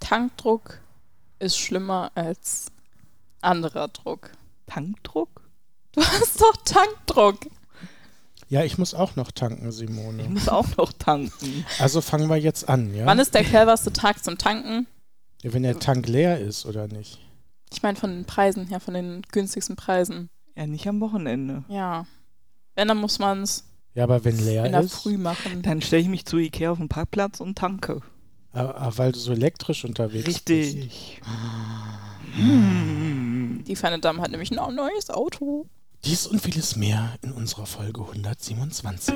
Punkdruck ist schlimmer als anderer Druck. Tankdruck? Du hast doch Tankdruck. Ja, ich muss auch noch tanken, Simone. Ich muss auch noch tanken. Also fangen wir jetzt an, ja? Wann ist der cleverste Tag zum Tanken? Ja, Wenn der Tank leer ist oder nicht? Ich meine von den Preisen her, von den günstigsten Preisen. Ja, nicht am Wochenende. Ja. Wenn, dann muss man es Ja, aber wenn leer in der ist, Früh machen. Dann stelle ich mich zu Ikea auf den Parkplatz und tanke. ah, ah, weil du so elektrisch unterwegs bist. Richtig. Hm. Die feine Dame hat nämlich ein neues Auto. Dies und vieles mehr in unserer Folge 127.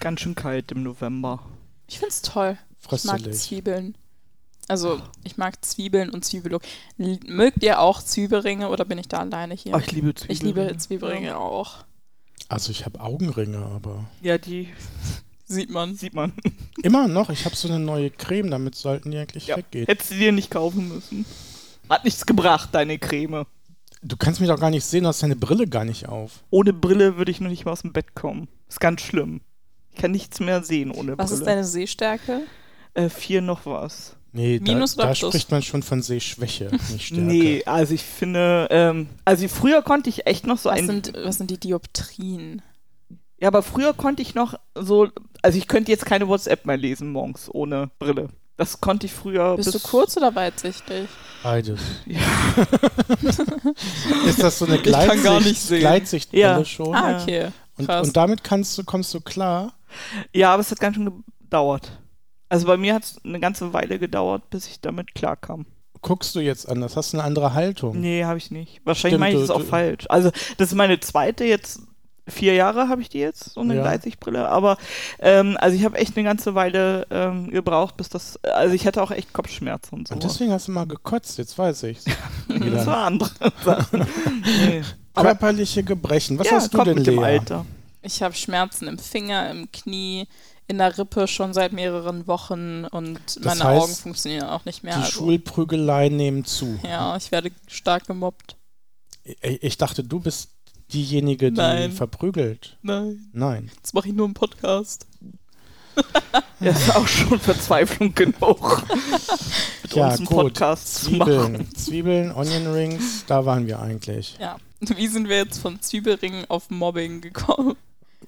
Ganz schön kalt im November. Ich find's toll. Ich mag Fröstelig. Zwiebeln. Also, ich mag Zwiebeln und Zwiebellook. L- Mögt ihr auch Zwiebelringe oder bin ich da alleine hier? Oh, ich liebe Zwiebeln. ich liebe Zwiebelringe auch. Also ich habe Augenringe, aber Ja, die Sieht man. sieht man. immer noch. Ich habe so eine neue Creme, damit sollten die eigentlich Ja. weggehen. Hättest du dir nicht kaufen müssen. Hat nichts gebracht, deine Creme. Du kannst mich doch gar nicht sehen, du hast deine Brille gar nicht auf. Ohne Brille würde ich noch nicht mal aus dem Bett kommen. Ist ganz schlimm. Ich kann nichts mehr sehen ohne Was ist Brille. deine Sehstärke? äh, vier noch was. Nee, da, Minus oder da Plus? spricht man schon von Sehschwäche, nicht Stärke. Nee, also ich finde, ähm, also früher konnte ich echt noch so Was ein. sind, was sind die Dioptrien? Ja, aber früher konnte ich noch so, also ich könnte jetzt keine WhatsApp mehr lesen morgens ohne Brille. Das konnte ich früher. Bist du bis- kurz oder weitsichtig? Beides. Ja. Ist das so eine Ich kann gar nicht Gleitsicht, sehen. Gleitsichtbrille Ja. schon? Ah, ja. okay. und, krass. und damit kannst du, kommst du klar? Ja, aber es hat ganz schön gedauert. Also bei mir hat es eine ganze Weile gedauert, bis ich damit klarkam. Guckst du jetzt anders? Hast du eine andere Haltung? Nee, habe ich nicht. Wahrscheinlich Stimmt, meine ich du- das auch du- falsch. Also, das ist meine zweite jetzt. Vier Jahre habe ich die jetzt, so eine Ja. Gleitsichtbrille. Aber, ähm, also ich habe echt eine ganze Weile ähm, gebraucht, bis das. Also, ich hatte auch echt Kopfschmerzen und so. Und deswegen hast du mal gekotzt, jetzt weiß ich's. das Wieder. war andere Sachen. nee. Aber- Körperliche Gebrechen. Was ja, hast du kommt denn, mit Lea? dem Alter. Ich habe Schmerzen im Finger, im Knie, in der Rippe schon seit mehreren Wochen und meine heißt, Augen funktionieren auch nicht mehr. Die also- Schulprügeleien nehmen zu. ja, ich werde stark gemobbt. Ich, ich dachte, du bist diejenige, die Nein. verprügelt. Nein, Nein. jetzt mache ich nur einen Podcast. Ja, ist auch schon Verzweiflung genug. mit Ja, uns einen gut. Podcast zu machen. Zwiebeln, Zwiebeln, Onion Rings, da waren wir eigentlich. Ja. Wie sind wir jetzt von Zwiebelringen auf Mobbing gekommen?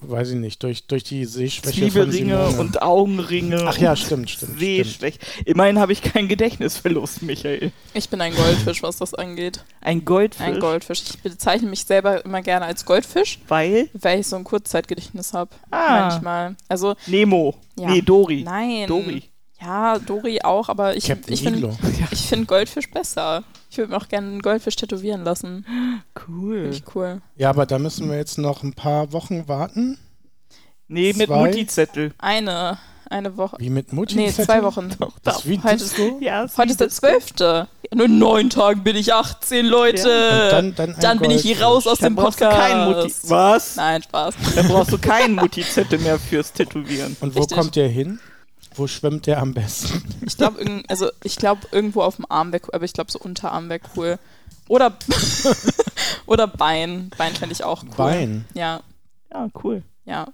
Weiß ich nicht, durch, durch die Sehschwäche Zwiebelringe von Simone. und Augenringe. Ach ja, und stimmt, stimmt, stimmt. Sehschwäche. Immerhin habe ich keinen Gedächtnisverlust, Michael. Ich bin ein Goldfisch, was das angeht. Ein Goldfisch. Ein Goldfisch. Ich bezeichne mich selber immer gerne als Goldfisch, Weil weil ich so ein Kurzzeitgedächtnis habe. Ah. Manchmal. Also, Nemo. Ja. Nee, Dori. nein. Dori. Ja, Dori auch, aber ich, Captain ich finde Iglo. ich find Goldfisch besser. Ich würde mir auch gerne einen Goldfisch tätowieren lassen. Cool. Finde ich cool. Ja, aber da müssen wir jetzt noch ein paar Wochen warten. Nee, mit Zwei. Mutti-Zettel. Eine, eine Woche. Wie mit Mutti? Nee, zwei Wochen. halt Das wie Heute- Disco? Ja, ist Heute ist der wie- zwölfte. Nur in neun Tagen bin ich 18, Leute. Und dann- dann ein bin ich hier Goldfisch. raus aus Dann dem brauchst Podcast. du keinen Mutti. Was? Nein, Spaß. Dann brauchst du keinen Mutti-Zettel mehr fürs Tätowieren. Und wo Richtig. kommt der hin? Wo schwimmt der am besten? Ich glaube, also, ich glaub, irgendwo auf dem Arm wäre cool, aber ich glaube, so Unterarm wäre cool. Oder, oder Bein. Bein fände ich auch cool. Bein. Ja, Ja, cool. ja.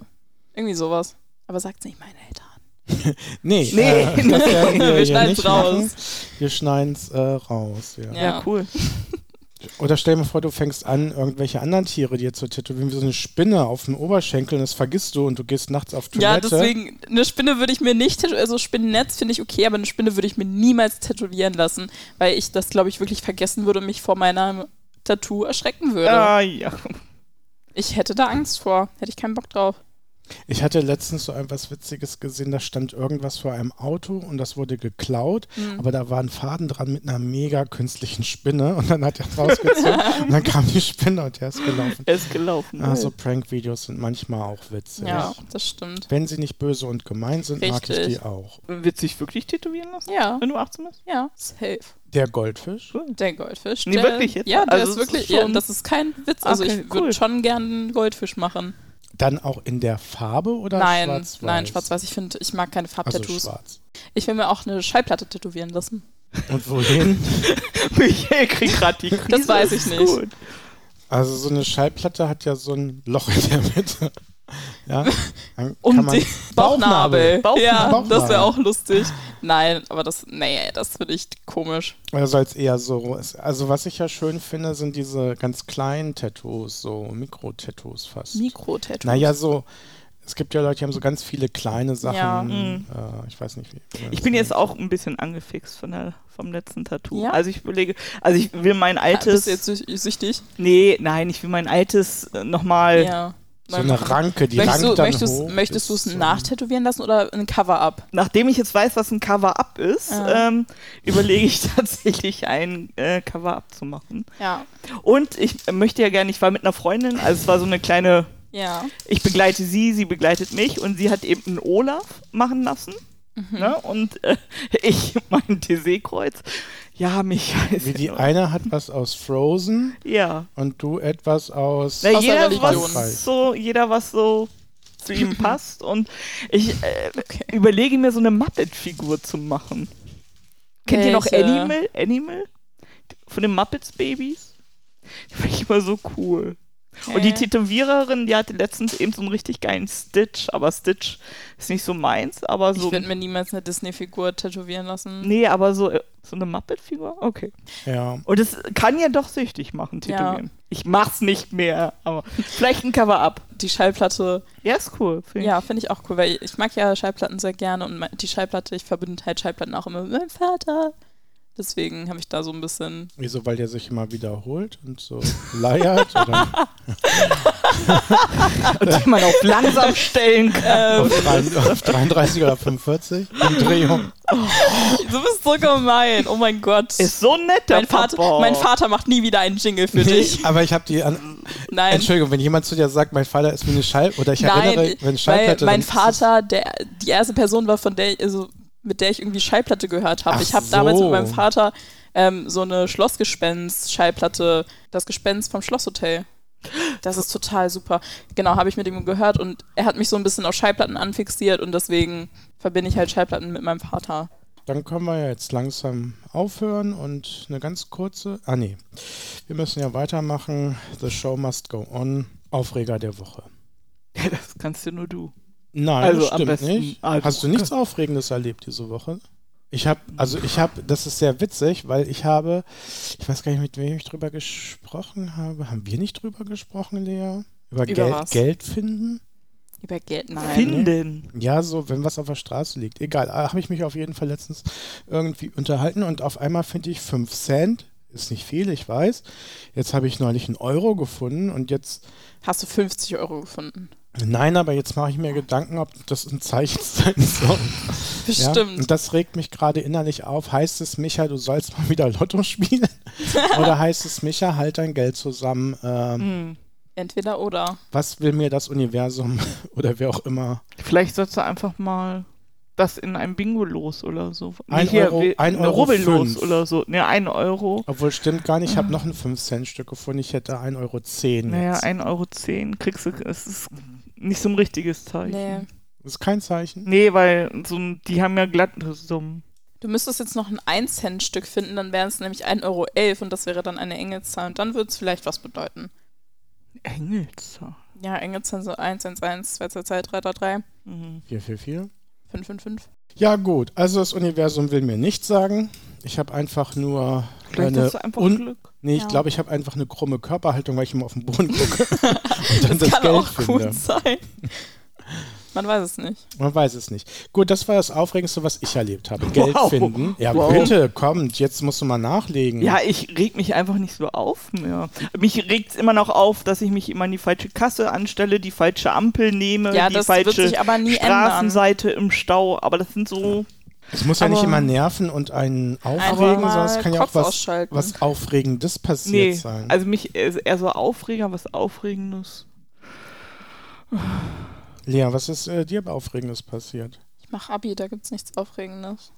Irgendwie sowas. Aber sagt's nicht meinen Eltern. Nee, Nee, äh, das werden wir, Wir hier schneiden's nicht raus. machen. Wir schneiden es äh, raus, ja. Ja. Ja, cool. Oder stell dir vor, du fängst an, irgendwelche anderen Tiere dir zu tätowieren, wie so eine Spinne auf dem Oberschenkel und das vergisst du und du gehst nachts auf Ja, Toilette. deswegen, eine Spinne würde ich mir nicht tätowieren. Also Spinnennetz finde ich okay, aber eine Spinne würde ich mir niemals tätowieren lassen, weil ich das, glaube ich, wirklich vergessen würde und mich vor meiner Tattoo erschrecken würde. Ah, ja. Ich hätte da Angst vor. Hätte ich keinen Bock drauf. Ich hatte letztens so etwas Witziges gesehen, da stand irgendwas vor einem Auto und das wurde geklaut, Mhm. aber da war ein Faden dran mit einer mega künstlichen Spinne und dann hat er es rausgezogen und dann kam die Spinne und der ist gelaufen. Er ist gelaufen. Ah, so Prank-Videos sind manchmal auch witzig. Ja, das stimmt. Wenn sie nicht böse und gemein sind, mag ich Richtig. die auch. Wird sich wirklich tätowieren lassen, Ja, wenn du 18 bist? ja, safe. Der Goldfisch? Der Goldfisch. Nee, der, wirklich jetzt? Ja, der Also ist es ist wirklich, schon- ja, das ist kein Witz. Also Okay, ich würde cool. schon gern einen Goldfisch machen. Dann auch in der Farbe oder nein, schwarz-weiß? nein, schwarz-weiß. Ich finde, ich mag keine Also Farbtattoos. schwarz. ich will mir auch eine Schallplatte tätowieren lassen. Und wohin? Michael kriegt gerade die Krise. Das weiß ich ist nicht. Gut. Also so eine Schallplatte hat ja so ein Loch in der Mitte. Ja, dann Um kann man- den Bauchnabel. Bauchnabel. Ja, Bauchnabel. das wäre auch lustig. Nein, aber das, nee, das finde ich komisch. Also als eher so, also was ich ja schön finde, sind diese ganz kleinen Tattoos, so Mikro-Tattoos fast. Mikro-Tattoos. Naja, so, es gibt ja Leute, die haben so ganz viele kleine Sachen. Ja. hm. Mhm. Äh, ich weiß nicht, wie. wie man Ich das bin nennt. jetzt auch ein bisschen angefixt von der, vom letzten Tattoo. Ja? Also ich überlege, also ich will mein altes. Äh, Bist du jetzt süch- süchtig? nee, nein, ich will mein altes äh, nochmal. Ja. Äh, So eine Ranke, die möchtest du, rankt dann möchtest, hoch. möchtest du es bis zum- nachtätowieren lassen oder ein Cover-Up? Nachdem ich jetzt weiß, was ein Cover-Up ist, Ja. ähm, überlege ich tatsächlich ein äh, Cover-Up zu machen. Ja. Und ich äh, möchte ja gerne, ich war mit einer Freundin, also es war so eine kleine, Ja. ich begleite sie, sie begleitet mich und sie hat eben einen Olaf machen lassen. Mhm. Ne? Und äh, ich mein TC-Kreuz. Ja, mich Wie die ja, eine hat was aus Frozen ja. und du etwas aus. Na, Aus der jeder, Religion. was so, jeder, was so zu ihm passt. Und ich äh, überlege mir, so eine Muppet-Figur zu machen. Kennt ihr noch Welche? Animal? Animal? Von den Muppets-Babys? Die fand ich immer so cool. Und die Äh. Tätowiererin, die hatte letztens eben so einen richtig geilen Stitch, aber Stitch ist nicht so meins, aber so. Ich würde mir niemals eine Disney-Figur tätowieren lassen. Nee, aber so, äh, so eine Muppet-Figur? Okay. Ja. Und es kann ja doch süchtig machen, Ja. Tätowieren. Ich mach's nicht mehr, aber vielleicht ein Cover-Up. Die Schallplatte, Ja, ist cool. Find ich. ja, finde ich auch cool, weil ich mag ja Schallplatten sehr gerne und me- die Schallplatte, ich verbinde halt Schallplatten auch immer mit meinem Vater. Deswegen habe ich da so ein bisschen. Wieso? Weil der sich immer wiederholt und so leiert? oder Die man auf langsam stellen kann. Ähm, auf, drei- auf 33 oder 45 Umdrehung. Du bist so gemein, oh mein Gott. Ist so nett, der mein, Vater, Papa. mein Vater macht nie wieder einen Jingle für dich. Nee, aber ich habe die an, Nein. Entschuldigung, wenn jemand zu dir sagt, mein Vater ist wie eine Schall oder ich erinnere, Nein, wenn weil Schallplatte. mein dann ist es- Vater, der, die erste Person war, von der, also, mit der ich irgendwie Schallplatte gehört habe. Ach Ich habe damals so. mit meinem Vater ähm, so eine Schlossgespenst-Schallplatte, das Gespenst vom Schlosshotel. Das ist total super. Genau, habe ich mit ihm gehört und er hat mich so ein bisschen auf Schallplatten anfixiert und deswegen verbinde ich halt Schallplatten mit meinem Vater. Dann können wir ja jetzt langsam aufhören und eine ganz kurze. Ah nee, wir müssen ja weitermachen. The show must go on. Aufreger der Woche. Ja, das kannst du nur du. Nein, Also das am stimmt besten- nicht. also- Hast du nichts Aufregendes erlebt diese Woche? Ich habe, also ich habe, das ist sehr witzig, weil ich habe, ich weiß gar nicht, mit wem ich drüber gesprochen habe. Haben wir nicht drüber gesprochen, Lea? Über, Geld, was? Geld finden? Über Geld, nein. ne? Finden. Ja, so, wenn was auf der Straße liegt. Egal, ah, habe ich mich auf jeden Fall letztens irgendwie unterhalten und auf einmal finde ich 5 Cent. Ist nicht viel, ich weiß. Jetzt habe ich neulich einen Euro gefunden und jetzt, Hast du 50 Euro gefunden? nein, aber jetzt mache ich mir Gedanken, ob das ein Zeichen sein soll. Ja? Bestimmt. Und das regt mich gerade innerlich auf. Heißt es, Micha, du sollst mal wieder Lotto spielen? Oder heißt es, Micha, halt dein Geld zusammen? Ähm, Hm. Entweder oder. Was will mir das Universum oder wer auch immer? Vielleicht sollst du einfach mal das in einem Bingo los oder so. Ein Nee, hier, Euro- wir- ein eine Euro Rubbel los fünf. oder so. Ne, ein Euro. Obwohl, stimmt gar nicht. Ich habe noch ein 5-Cent-Stück gefunden. Ich hätte 1,10 Euro. Naja, jetzt. 1,10 Euro zehn kriegst du. Es ist nicht so ein richtiges Nee. Zeichen. Das ist kein Zeichen. Nee, weil so, ein- die haben ja glatte Summen. Du müsstest jetzt noch ein 1-Cent-Stück finden, dann wären es nämlich 1,11 Euro und das wäre dann eine Engelzahl und dann würde es vielleicht was bedeuten. Engelszahl. Ja, Engelzahlen so 111, 222, 333, Mhm. 444. 555. Ja, gut. Also, das Universum will mir nichts sagen. Ich habe einfach nur. Vielleicht eine hast du einfach un- Glück. Nee, Ja. ich glaube, ich habe einfach eine krumme Körperhaltung, weil ich immer auf den Boden gucke. und dann das, kann Geld auch finde. gut sein. Man weiß es nicht. Man weiß es nicht. Gut, das war das Aufregendste, was ich erlebt habe. Geld Wow. finden. Ja, Wow. bitte, kommt, jetzt musst du mal nachlegen. Ja, ich reg mich einfach nicht so auf mehr. Mich regt's immer noch auf, dass ich mich immer in die falsche Kasse anstelle, die falsche Ampel nehme, Ja, die das wird falsche sich aber nie Straßenseite im Stau. Aber das sind so. es muss ja nicht aber- immer nerven und einen Einfach aufregen, mal sondern es kann ja Kopf auch was, ausschalten. was Aufregendes passiert Nee, sein. also mich ist eher so Aufreger, was Aufregendes. Lea, was ist äh, dir bei Aufregendes passiert? Ich mach Abi, da gibt's nichts Aufregendes.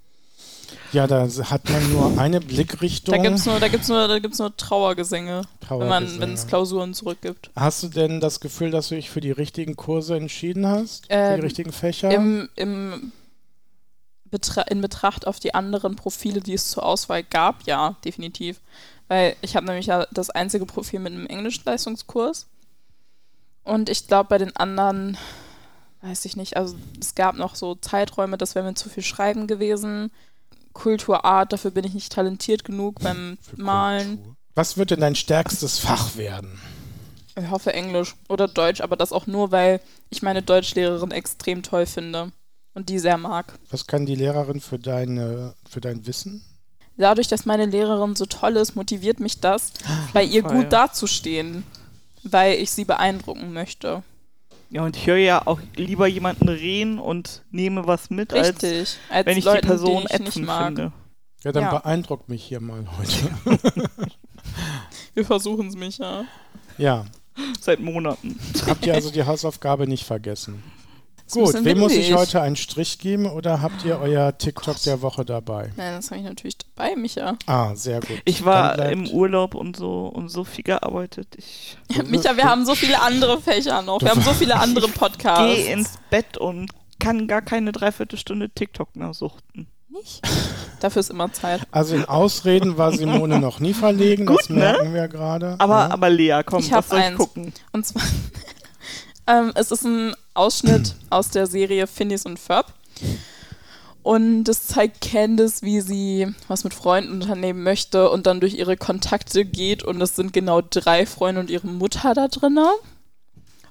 Ja, da s- hat man nur eine Blickrichtung. Da gibt's nur, da gibt's nur, da gibt's nur Trauergesänge, wenn man, Trauergesänge. wenn es Klausuren zurückgibt. Hast du denn das Gefühl, dass du dich für die richtigen Kurse entschieden hast? für Ähm, die richtigen Fächer? Im, im betra in Betracht auf die anderen Profile, die es zur Auswahl gab, ja, definitiv. Weil ich habe nämlich ja das einzige Profil mit einem Englischleistungskurs. Und ich glaube, bei den anderen, weiß ich nicht, also es gab noch so Zeiträume, das wäre mir zu viel Schreiben gewesen. Kultur, Art, dafür bin ich nicht talentiert genug beim Für Malen. Kultur. Was wird denn dein stärkstes Fach werden? Ich hoffe Englisch oder Deutsch, aber das auch nur, weil ich meine Deutschlehrerin extrem toll finde und die sehr mag. Was kann die Lehrerin für, deine, für dein Wissen? Dadurch, dass meine Lehrerin so toll ist, motiviert mich das, bei ihr Fall, gut ja. dazustehen, weil ich sie beeindrucken möchte. Ja, und ich höre ja auch lieber jemanden reden und nehme was mit, als Richtig. Als, wenn ich Leuten, die Person die ich nicht ätzend mag. finde. Ja, dann Ja. beeindruckt mich hier mal heute. Wir versuchen es, Micha. ja, Seit Monaten. habt ihr also die Hausaufgabe nicht vergessen? Das Gut, müssen wir wem muss ich nicht. heute einen Strich geben oder habt ihr euer TikTok der Woche dabei? Nein, das habe ich natürlich dabei, Micha. Ah, sehr gut. Ich war Dann bleibt- im Urlaub und so und so viel gearbeitet. Ich Micha, wir haben so viele andere Fächer noch. Wir haben so viele andere gehe Podcasts. ins Bett und kann gar keine Dreiviertelstunde TikTok mehr suchten. Nicht? Dafür ist immer Zeit. Also in Ausreden war Simone noch nie verlegen, das Gut, ne? merken wir gerade. Aber, ja. aber Lea, komm, Ich hab was soll ich eins. gucken? Und zwar, ähm, es ist ein Ausschnitt aus der Serie Phineas und Ferb. Und es zeigt Candice, wie sie was mit Freunden unternehmen möchte und dann durch ihre Kontakte geht. Und es sind genau drei Freunde und ihre Mutter da drin.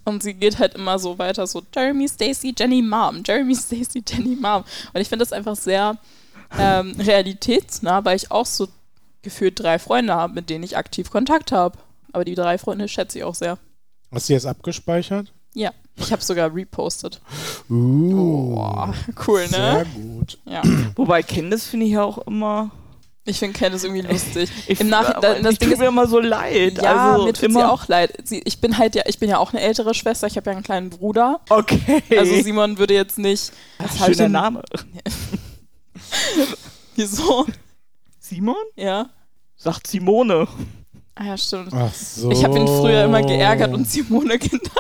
Und sie geht halt immer so weiter, so Jeremy, Stacy, Jenny, Mom. Jeremy, Stacy, Jenny, Mom. Und ich finde das einfach sehr ähm, realitätsnah, weil ich auch so gefühlt drei Freunde habe, mit denen ich aktiv Kontakt habe. Aber die drei Freunde schätze ich auch sehr. Hast du jetzt abgespeichert? Ja, ich habe sogar repostet. Hm. Uh, Cool, Sehr ne? gut. Ja. Wobei Candice finde ich ja auch immer. Ich finde Candice irgendwie lustig. Ich, Im aber Nachhinein, das ich tut Ding ist, mir immer so leid. ja, also mir tut immer, sie auch leid. Sie, ich bin halt ja, ich bin ja auch eine ältere Schwester, ich habe ja einen kleinen Bruder. Okay. halt Also Simon würde jetzt nicht. halt Was hab ich Schöner denn- Name. Wieso? Simon? Ja. Sagt Simone. Ah ja, stimmt. Ach so. Ich habe ihn früher immer geärgert und Simone genannt.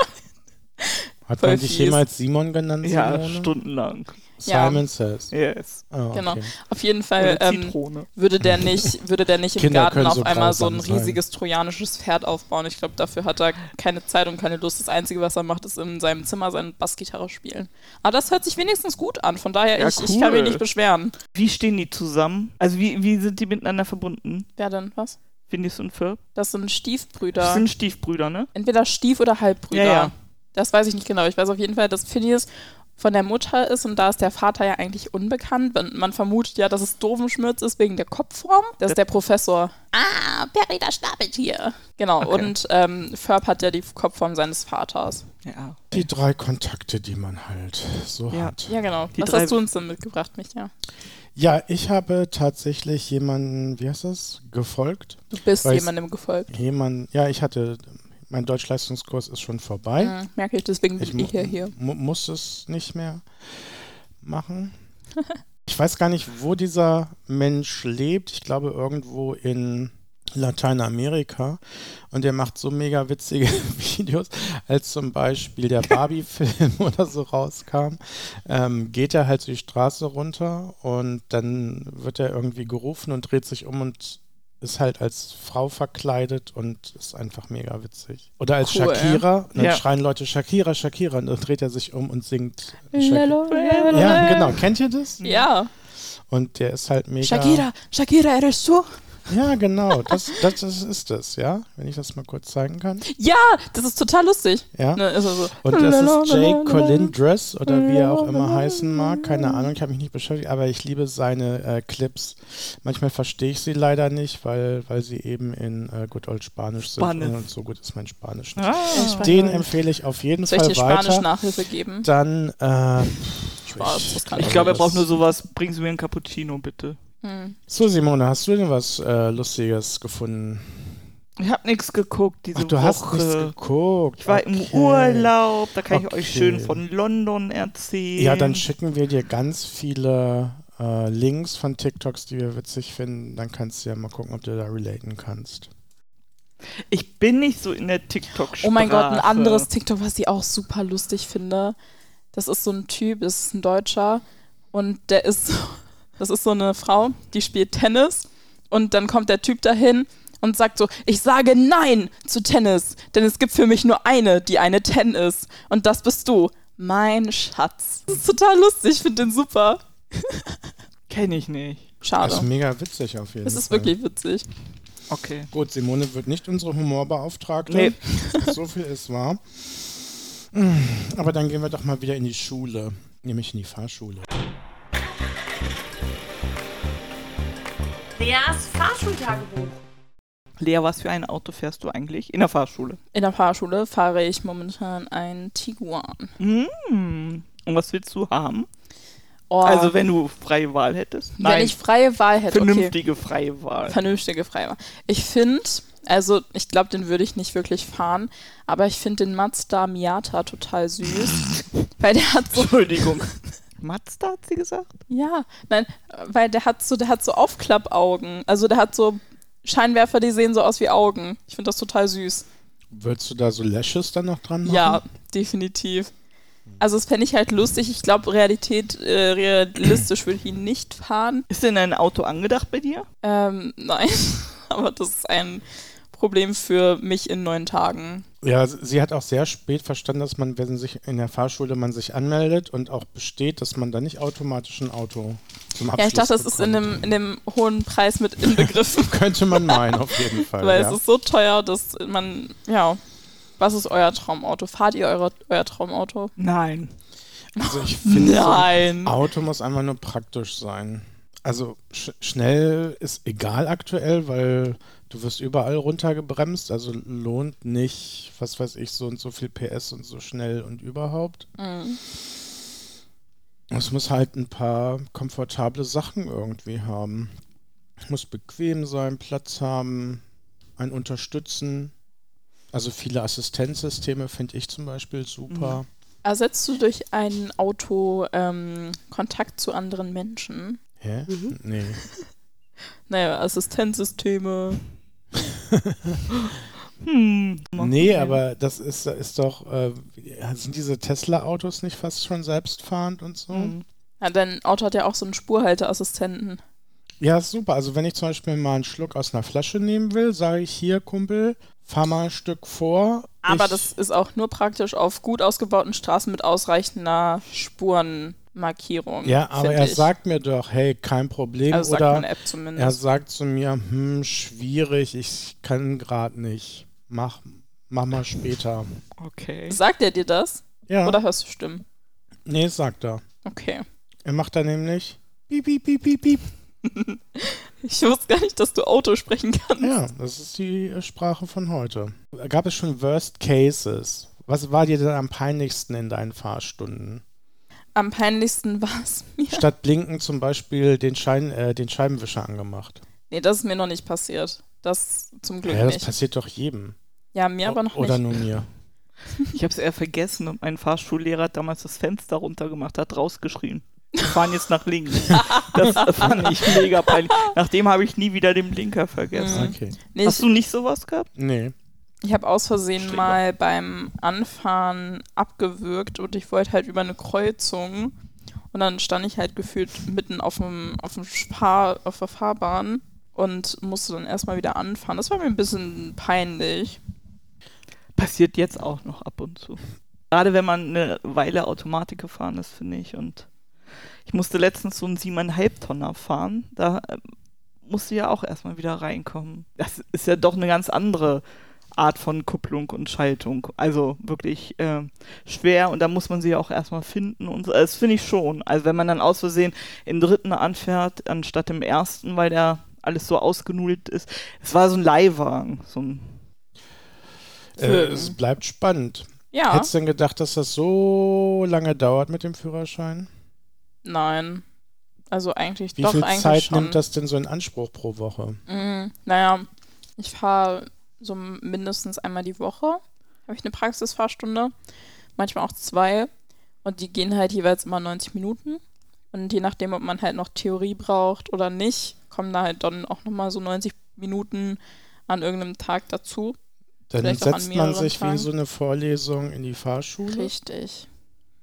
Hat voll man dich fies. jemals Simon genannt? Ja, Simone? stundenlang. Ja. Simon Says. Yes. Ah, okay. Genau. Auf jeden Fall Oder ähm, Zitrone. würde der nicht, würde der nicht im Kinder Garten können auf so einmal so ein grausam sein. riesiges trojanisches Pferd aufbauen. Ich glaube, dafür hat er keine Zeit und keine Lust. Das Einzige, was er macht, ist in seinem Zimmer seine Bassgitarre spielen. Aber das hört sich wenigstens gut an. Von daher, Ja, ich, ich kann mich cool. nicht beschweren. Wie stehen die zusammen? Also wie, wie sind die miteinander verbunden? Wer denn? Was? Phineas und Ferb? Das sind Das Stiefbrüder. sind Stiefbrüder, ne? Entweder Stief- oder Halbbrüder. Ja, ja. Das weiß ich nicht genau. Ich weiß auf jeden Fall, dass Phineas von der Mutter ist und da ist der Vater ja eigentlich unbekannt. Man- Man vermutet ja, dass es Dovenschmürz ist wegen der Kopfform. Das ist der Professor. Ah, Perry, das Schnabeltier. Genau, Okay. und ähm, Ferb hat ja die Kopfform seines Vaters. Ja. Die drei Kontakte, die man halt so Ja. hat. Ja, genau. Die Was drei- hast du uns denn mitgebracht, Micha? Ja, ich habe tatsächlich jemanden, wie heißt das, gefolgt. Du bist Weiß- jemandem gefolgt. Jemand, ja, ich hatte, mein Deutschleistungskurs ist schon vorbei. Mhm, merke ich, deswegen bin Ich ich, ja hier. mu- muss es nicht mehr machen. ich weiß gar nicht, wo dieser Mensch lebt. Ich glaube, irgendwo in Lateinamerika. Und der macht so mega witzige Videos, als zum Beispiel der Barbie-Film oder so rauskam. Ähm, geht er halt so die Straße runter und dann wird er irgendwie gerufen und dreht sich um und ist halt als Frau verkleidet und ist einfach mega witzig. Oder als Cool, Shakira. Und dann Ja. schreien Leute Shakira, Shakira. Und dann dreht er sich um und singt Shakira. Lalo, Ja, genau. Kennt ihr das? Ja. Und der ist halt mega. Shakira, Shakira, eres du? Ja, genau. Das, das, das ist es, ja. Wenn ich das mal kurz zeigen kann. Ja, das ist total lustig. Ja. Ne, ist also so. Und das ist Jake Lalalala. Colindres oder wie er auch immer heißen mag. Keine Ahnung, ich habe mich nicht beschäftigt, aber ich liebe seine äh, Clips. Manchmal verstehe ich sie leider nicht, weil, weil sie eben in äh, Good Old Spanisch sind. Spanisch. Und so gut ist mein Spanisch nicht. Ah. Den empfehle ich auf jeden Soll ich Fall dir Spanisch weiter. Nachhilfe geben? Dann, äh, Spaß, das kann Ich glaube, er braucht nur sowas. Bringen Sie mir einen Cappuccino, bitte. Hm. So, Simone, hast du denn was äh, Lustiges gefunden? Ich habe nichts geguckt diese Ach, du Woche. hast nichts geguckt. ich war Okay. im Urlaub, da kann ich Okay. euch schön von London erzählen. Ja, dann schicken wir dir ganz viele äh, Links von TikToks, die wir witzig finden. Dann kannst du ja mal gucken, ob du da relaten kannst. Ich bin nicht so in der TikTok-Sprache. Oh mein Gott, ein anderes TikTok, was ich auch super lustig finde. Das ist so ein Typ, das ist ein Deutscher Und der ist, das ist so eine Frau, die spielt Tennis. Und dann kommt der Typ dahin und sagt so, ich sage Nein zu Tennis, denn es gibt für mich nur eine, die eine Ten ist. Und das bist du, mein Schatz. Das ist total lustig, ich finde den super. Kenne ich nicht. Schade. Das ist mega witzig auf jeden Es ist Fall. wirklich witzig. Okay. Gut, Simone wird nicht unsere Humorbeauftragte. Nee. So viel ist wahr. Mm, Aber dann gehen wir doch mal wieder in die Schule. Nämlich in die Fahrschule. Leas Fahrschultagebuch. Lea, was für ein Auto fährst du eigentlich in der Fahrschule? In der Fahrschule fahre ich momentan einen Tiguan. Hm. Und was willst du haben? Oh, Also wenn du freie Wahl hättest? Nein, wenn ich freie Wahl hätte, okay. vernünftige freie Wahl. vernünftige Freiwahl. Ich finde, also ich glaube, den würde ich nicht wirklich fahren, aber ich finde den Mazda Miata total süß, weil der hat so, Entschuldigung. Mazda hat sie gesagt? ja, nein, weil der hat so, der hat so Aufklappaugen, also der hat so Scheinwerfer, die sehen so aus wie Augen. Ich finde das total süß. Würdest du da so Lashes dann noch dran machen? Ja, definitiv. Also das fände ich halt lustig. Ich glaube, Realität, äh, realistisch würde ich ihn nicht fahren. Ist denn ein Auto angedacht bei dir? Ähm, nein, aber das ist ein Problem für mich in neun Tagen. Ja, s- sie hat auch sehr spät verstanden, dass man, wenn sich in der Fahrschule man sich anmeldet und auch besteht, dass man dann nicht automatisch ein Auto zum Abschluss Ja, ich dachte, das ist in bekommt. dem, in dem hohen Preis mit inbegriffen, Könnte man meinen, auf jeden Fall. weil ja. es ist so teuer, dass man, ja. Was ist euer Traumauto? Fahrt ihr eure, euer Traumauto? Nein. also ich finde, so ein Nein. Auto muss einfach nur praktisch sein. Also sch schnell ist egal aktuell, weil du wirst überall runtergebremst, also lohnt nicht, was weiß ich, so und so viel PS und so schnell und überhaupt. Mhm. Es muss halt ein paar komfortable Sachen irgendwie haben. Muss bequem sein, Platz haben, ein Unterstützen. Also viele Assistenzsysteme finde ich zum Beispiel super. Ersetzt du durch ein Auto ähm, Kontakt zu anderen Menschen? Hä? Mhm. Nee. Naja, Assistenzsysteme. Hm. Nee, aber das ist, ist doch, äh, sind diese Tesla-Autos nicht fast schon selbstfahrend und so? Mhm. Hm. Ja, dein Auto hat ja auch so einen Spurhalteassistenten. Ja, ist super. Also wenn ich zum Beispiel mal einen Schluck aus einer Flasche nehmen will, sage ich hier, Kumpel, fahr mal ein Stück vor. Aber ich, das ist auch nur praktisch auf gut ausgebauten Straßen mit ausreichender Spurenmarkierung. Ja, aber find er ich. sagt mir doch, hey, kein Problem. also sagt oder meine App zumindest. Er sagt zu mir, hm, schwierig, ich kann gerade nicht. Mach, mach mal später. Okay. Sagt er dir das? Ja. Oder hörst du Stimmen? Nee, sagt er. Okay. Er macht da nämlich piep, piep, piep, piep, piep. Ich wusste gar nicht, dass du Auto sprechen kannst. Ja, das ist die äh, Sprache von heute. Gab es schon Worst Cases? Was war dir denn am peinlichsten in deinen Fahrstunden? Am peinlichsten war es mir. Statt Blinken zum Beispiel den, Schein, äh, den Scheibenwischer angemacht. Nee, das ist mir noch nicht passiert. Das zum Glück Ja, das nicht. passiert doch jedem. Ja, mir aber noch Oder nicht. nur mir. Ich habe es eher vergessen und mein Fahrschullehrer hat damals das Fenster runtergemacht, hat rausgeschrien. Wir fahren jetzt nach links. Das fand ich mega peinlich. Nachdem habe ich nie wieder den Blinker Mhm. vergessen. Okay. Nee, Hast ich du nicht sowas gehabt? Nee. ich habe aus Versehen Streber. mal beim Anfahren abgewürgt und ich wollte halt über eine Kreuzung. Und dann stand ich halt gefühlt mitten auf, dem, auf, dem Fahr, auf der Fahrbahn und musste dann erstmal wieder anfahren. Das war mir ein bisschen peinlich. Passiert jetzt auch noch ab und zu. Gerade wenn man eine Weile Automatik gefahren ist, finde ich. Und ich musste letztens so einen 7,5 Tonner fahren. Da äh, musste ja auch erstmal wieder reinkommen. Das ist ja doch eine ganz andere Art von Kupplung und Schaltung. Also wirklich äh, schwer und da muss man sie ja auch erstmal finden. Und so. Das finde ich schon. Also wenn man dann aus Versehen im dritten anfährt, anstatt im ersten, weil der alles so ausgenudelt ist. Es war so ein Leihwagen, so ein Äh, es bleibt spannend. Ja, Hättest du denn gedacht, dass das so lange dauert mit dem Führerschein? nein. Also eigentlich Wie doch viel eigentlich Zeit schon. nimmt das denn so in Anspruch pro Woche? Mm, naja, ich fahre so mindestens einmal die Woche, habe ich eine Praxisfahrstunde, manchmal auch zwei. Und die gehen halt jeweils immer 90 Minuten. Und je nachdem, ob man halt noch Theorie braucht oder nicht, kommen da halt dann auch nochmal so 90 Minuten an irgendeinem Tag dazu. Dann Vielleicht auch an setzt man mehreren sich wie Tagen. Mhm. so eine Vorlesung in die Fahrschule Richtig.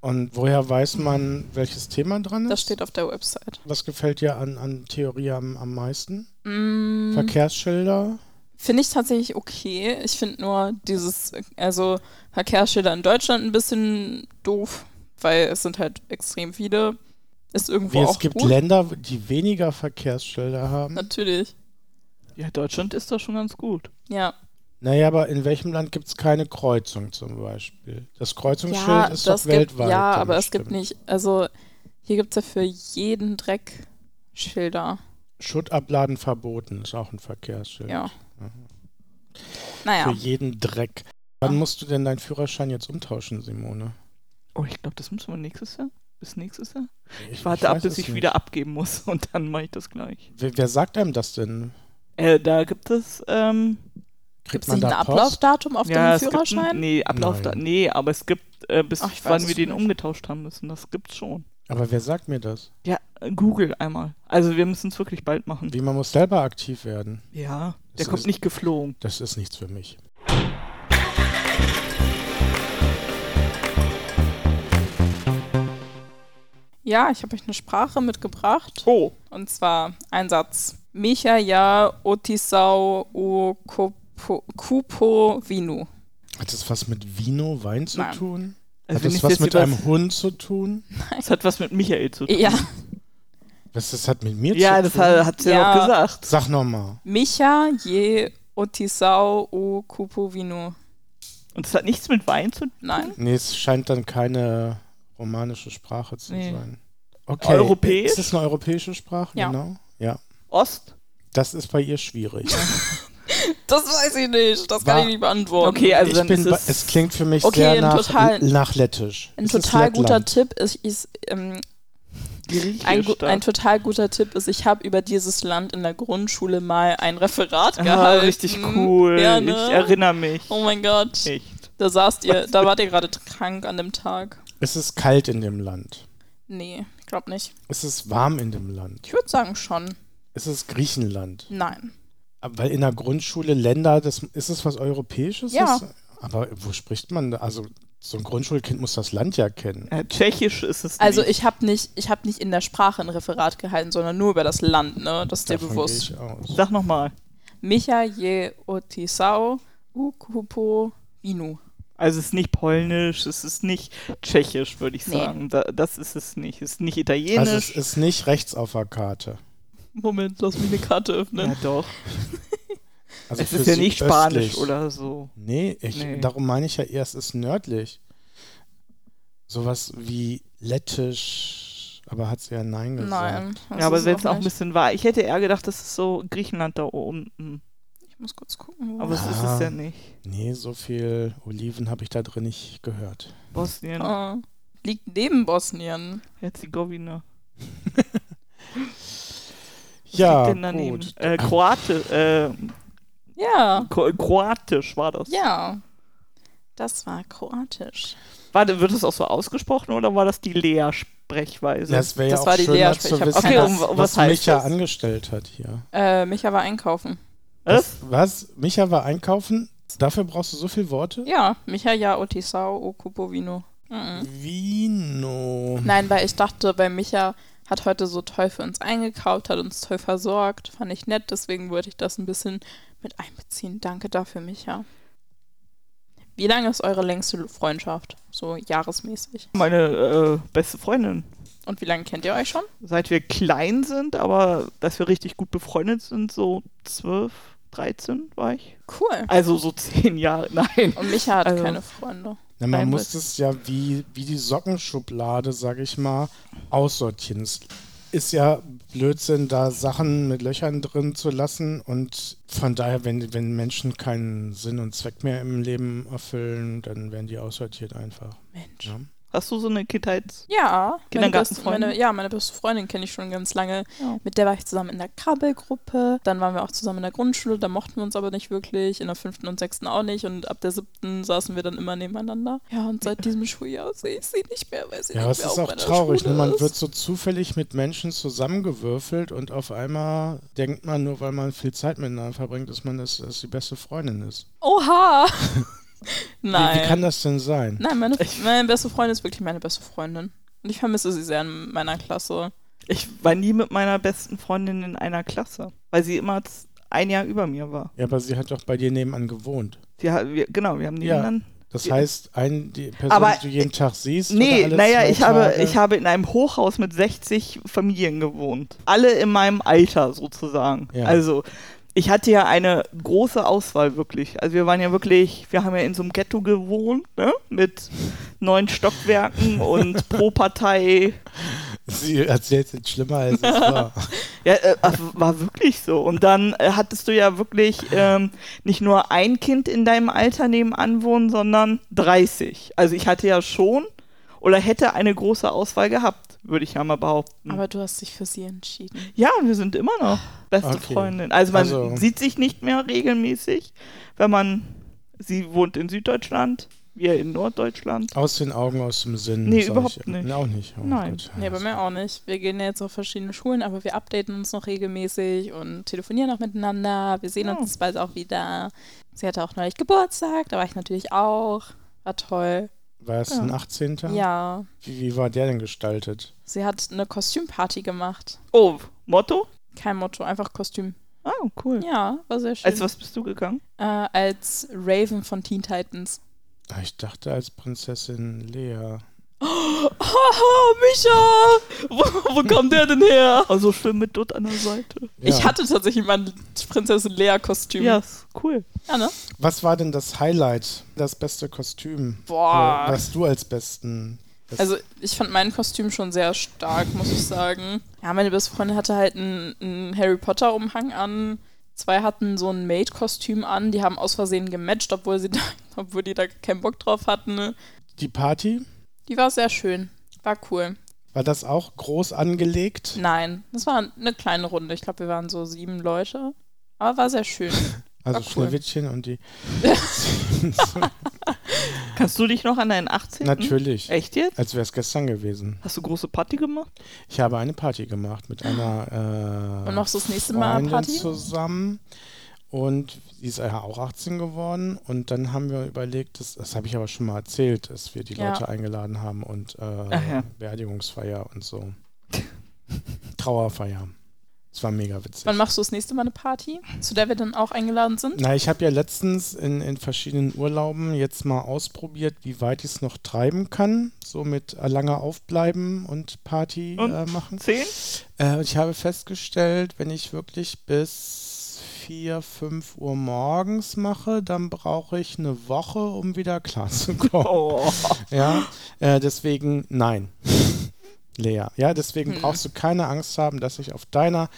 Und woher weiß man, welches Thema dran ist? Das steht auf der Website. Was gefällt dir an, an Theorie am, am meisten? Mm, Verkehrsschilder? Finde ich tatsächlich okay. Ich finde nur dieses, also Verkehrsschilder in Deutschland ein bisschen doof, weil es sind halt extrem viele. Ist irgendwo Wie, auch es gibt gut. Länder, die weniger Verkehrsschilder haben. Natürlich. Ja, Deutschland ist da schon ganz gut. Ja. Naja, aber in welchem Land gibt es keine Kreuzung zum Beispiel? Das Kreuzungsschild ja, ist das doch weltweit. Gibt, ja, dann aber es gibt bestimmt. nicht, also hier gibt es ja für jeden Dreck Schilder. Schutt abladen verboten ist auch ein Verkehrsschild. Ja. Mhm. Für Naja, jeden Dreck. Wann Ja. musst du denn deinen Führerschein jetzt umtauschen, Simone? Oh, ich glaube, das müssen wir nächstes Jahr. Bis nächstes Jahr. Ich, Ich warte ab, weiß bis es ich nicht. wieder abgeben muss und dann mache ich das gleich. Wer, wer sagt einem das denn? Äh, da gibt es, ähm, gibt Kriegt es nicht man ein da Post? Ablaufdatum auf ja, dem es gibt ein- Führerschein? nee, Ablauf da, Nein. nee, aber es gibt, äh, bis Ach, ich weiß wann es wir den nicht. umgetauscht haben müssen. Das gibt's schon. Aber wer sagt mir das? Ja, äh, Google einmal. Also wir müssen es wirklich bald machen. Wie man muss selber aktiv werden. Ja, der Es kommt ist- nicht geflogen. Das ist nichts für mich. Ja, ich habe euch eine Sprache mitgebracht. Oh. Und zwar ein Satz. Micha ja otisau o kopo- kupo vinu. Hat das was mit Vino, Wein zu Nein. tun? Also Hat wenn das ich was jetzt mit über- einem Hund zu tun? Das hat was mit Michael zu tun. Ja, Was das hat mit mir Ja, zu das tun? hat, hat sie ja. Ja. auch gesagt. Sag nochmal. Micha je otisau o kupo vinu. Und es hat nichts mit Wein zu tun. Nein. Nee, es scheint dann keine romanische Sprache zu Nee. sein. Okay. Europäisch? Ist das eine europäische Sprache? Ja. Genau. Ja. Ost? Das ist bei ihr schwierig. Das weiß ich nicht. Das kann War- ich nicht beantworten. Okay, also ich dann bin, ist bei- es, es klingt für mich Okay, sehr ein nach, total- nach Lettisch. Ein Es ist total guter Lettland. Tipp ist, ist ähm, Griechisch. ein, gu- da. ein total guter Tipp ist, ich habe über dieses Land in der Grundschule mal ein Referat gehalten. ah, richtig cool. Ja, ne? Ich erinnere mich. Oh mein Gott. Echt. Da saßt ihr, da wart ihr gerade krank an dem Tag. Es ist kalt in dem Land. Nee, ich glaube nicht. Es ist warm in dem Land. Ich würde sagen schon. Es ist Griechenland. Nein. Aber Weil in der Grundschule Länder, das, ist es was Europäisches? Ja. Ist? Aber wo spricht man da? Also so ein Grundschulkind muss das Land ja kennen. Ja, Äh, Tschechisch ist es Also nicht. ich habe nicht, ich habe nicht in der Sprache ein Referat gehalten, sondern nur über das Land, ne? Das ist dir Davon bewusst. gehe ich aus. Sag nochmal. Micha je otisau ukupo vinu. Also es ist nicht polnisch, es ist nicht tschechisch, würde ich Nee. sagen. Da, das ist es nicht. Es ist nicht italienisch. Also es ist nicht rechts auf der Karte. Moment, lass mich eine Karte ja öffnen. doch. Also ne? es für ist ja nicht südöstlich. spanisch oder so. Nee, ich, Nee. darum meine ich ja eher, es ist nördlich. Sowas wie lettisch, aber hat sie ja Nein gesagt. Nein. das ja, aber ist es selbst auch ein nicht. bisschen wahr. Ich hätte eher gedacht, das ist so Griechenland da oben. Ich muss kurz gucken. wo- Aber es ist Ah. es ja nicht. Nee, so viel Oliven habe ich da drin nicht gehört. Bosnien, Ah, liegt neben Bosnien. Herzegowina. ja, liegt denn daneben? gut. Äh, Kroate, äh, Ja, Ko Kroatisch war das. ja. Das war kroatisch. Warte, wird das auch so ausgesprochen oder war das die Lea-Sprechweise? das wäre ja das auch war die schöner Lehrsprache. zu Ich hab wissen, keine Ahnung. Okay, und wa- was, was heißt Micha das? angestellt hat hier. Äh, Micha war einkaufen. Was? Was? Micha war einkaufen? Dafür brauchst du so viele Worte? Ja, Micha ja otisau okupovino. Mhm. Vino. Nein, weil ich dachte, weil Micha hat heute so toll für uns eingekauft, hat uns toll versorgt, fand ich nett, deswegen wollte ich das ein bisschen mit einbeziehen. Danke dafür, Micha. Wie lange ist eure längste Freundschaft? So jahresmäßig. Meine äh, beste Freundin. Und wie lange kennt ihr euch schon? seit wir klein sind, aber dass wir richtig gut befreundet sind, so 12, 13 war ich. Cool. Also so 10 Jahre, nein. Und Micha hat Also- keine Freunde. Na, man Einmal. muss es ja wie, wie die Sockenschublade, sag ich mal, aussortieren. Es ist ja Blödsinn, da Sachen mit Löchern drin zu lassen. Und von daher, wenn, wenn Menschen keinen Sinn und Zweck mehr im Leben erfüllen, dann werden die aussortiert einfach. Mensch. Ja. Hast du so eine Kindheits... Ja, meine beste, Kindergartenfreundin? meine, ja, meine beste Freundin kenne ich schon ganz lange. Ja. Mit der war ich zusammen in der Krabbelgruppe. Dann waren wir auch zusammen in der Grundschule. Da mochten wir uns aber nicht wirklich. In der fünften und sechsten auch nicht. Und ab der siebten saßen wir dann immer nebeneinander. Ja, und seit diesem Schuljahr sehe ich sie nicht mehr, weil sie Ja, nicht es mehr ist auf auch meiner traurig. Schule ne? Man ist. wird so zufällig mit Menschen zusammengewürfelt und auf einmal denkt man, nur weil man viel Zeit miteinander verbringt, dass man das, dass die beste Freundin ist. Oha! Nein. Wie, wie kann das denn sein? Nein, meine, Ich- meine beste Freundin ist wirklich meine beste Freundin. Und ich vermisse sie sehr in meiner Klasse. Ich war nie mit meiner besten Freundin in einer Klasse, weil sie immer z- ein Jahr über mir war. Ja, aber sie hat doch bei dir nebenan gewohnt. Sie hat, wir, genau, wir haben die Ja. anderen. Das Ja. heißt, ein, die Person, Aber- die du jeden Tag siehst. oder Nee, alle naja, zwei ich habe, Tage? ich habe in einem Hochhaus mit 60 Familien gewohnt. Alle in meinem Alter sozusagen. Ja. Also, ich hatte ja eine große Auswahl wirklich. Also, wir waren ja wirklich, wir haben ja in so einem Ghetto gewohnt, ne? Mit neun Stockwerken und pro Partei. Sie erzählt jetzt schlimmer als es war. Ja, äh, ach, war wirklich so. Und dann äh, hattest du ja wirklich ähm, nicht nur ein Kind in deinem Alter nebenan wohnen, sondern 30. Also ich hatte ja schon oder hätte eine große Auswahl gehabt, würde ich ja mal behaupten. Aber du hast dich für sie entschieden. ja, wir sind immer noch beste Okay. Freundin. Also man Also- sieht sich nicht mehr regelmäßig, wenn man, sie wohnt in Süddeutschland, wir in Norddeutschland. Aus den Augen, aus dem Sinn. Nee, sag überhaupt ich. nicht. Nee, Auch nicht. Oh Nein. Gott, Nee, bei mir auch nicht. Wir gehen ja jetzt auf verschiedene Schulen, aber wir updaten uns noch regelmäßig und telefonieren auch miteinander. Wir sehen Oh. uns bald auch wieder. Sie hatte auch neulich Geburtstag, da war ich natürlich auch. War toll. War es ein 18. Ja. Wie, wie war der denn gestaltet? Sie hat eine Kostümparty gemacht. Oh, Motto? Kein Motto, einfach Kostüm. Ah, cool. Ja, war sehr schön. Als was bist du gegangen? äh, als Raven von Teen Titans. Ah, Ich dachte als Prinzessin Lea. Haha, Micha! Wo, wo kommt der denn her? Also schön mit Dutt an der Seite. Ja. Ich hatte tatsächlich mein Prinzessin Lea-Kostüm. Ja, ist cool. Ja, ne? Was war denn das Highlight? Das beste Kostüm? Boah. Äh, Was du als besten. Das- Also ich fand mein Kostüm schon sehr stark, muss ich sagen. Ja, meine beste Freundin hatte halt einen, einen Harry Potter Umhang an. Zwei hatten so ein Maid-Kostüm an. Die haben aus Versehen gematcht, obwohl, sie da, obwohl die da keinen Bock drauf hatten. die Party? Die war sehr schön. War cool. War das auch groß angelegt? Nein, das war eine kleine Runde. Ich glaube, wir waren so sieben Leute. Aber war sehr schön. Also war cool. Schneewittchen und die. Kannst du dich noch an deinen 18. Natürlich. Echt jetzt? Als wäre es gestern gewesen. Hast du große Party gemacht? Ich habe eine Party gemacht mit einer. Äh, Und machst du das nächste Mal eine Freundin Party? zusammen und sie ist ja auch 18 geworden und dann haben wir überlegt, das, das habe ich aber schon mal erzählt, dass wir die Ja. Leute eingeladen haben und äh, ja. Beerdigungsfeier und so. Trauerfeier. Das war mega witzig. Wann machst du das nächste Mal eine Party, zu der wir dann auch eingeladen sind? Na, ich habe ja letztens in, in verschiedenen Urlauben jetzt mal ausprobiert, wie weit ich es noch treiben kann, so mit äh, lange Aufbleiben und Party Und? Äh, machen. 10? Äh, und ich habe festgestellt, wenn ich wirklich bis 4, 5 Uhr morgens mache, dann brauche ich eine Woche, um wieder klarzukommen. Oh. Ja, äh, deswegen nein. Lea, ja, deswegen Hm. brauchst du keine Angst haben, dass ich auf deiner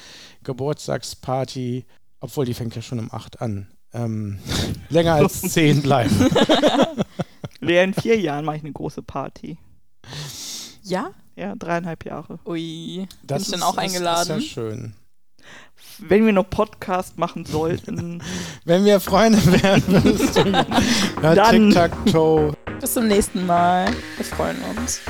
Geburtstagsparty, obwohl die fängt ja schon um 8 an, ähm, länger als 10 bleiben. Lea, in vier Jahren mache ich eine große Party. Ja? Ja, dreieinhalb Jahre. Ui. Das ich dann ist- auch Ist, ist eingeladen? ja schön. Wenn wir noch Podcast machen sollten. Wenn wir Freunde wären, würdest du. Ja, Dann. Tic-Tac-Toe. Bis zum nächsten Mal. Wir freuen uns.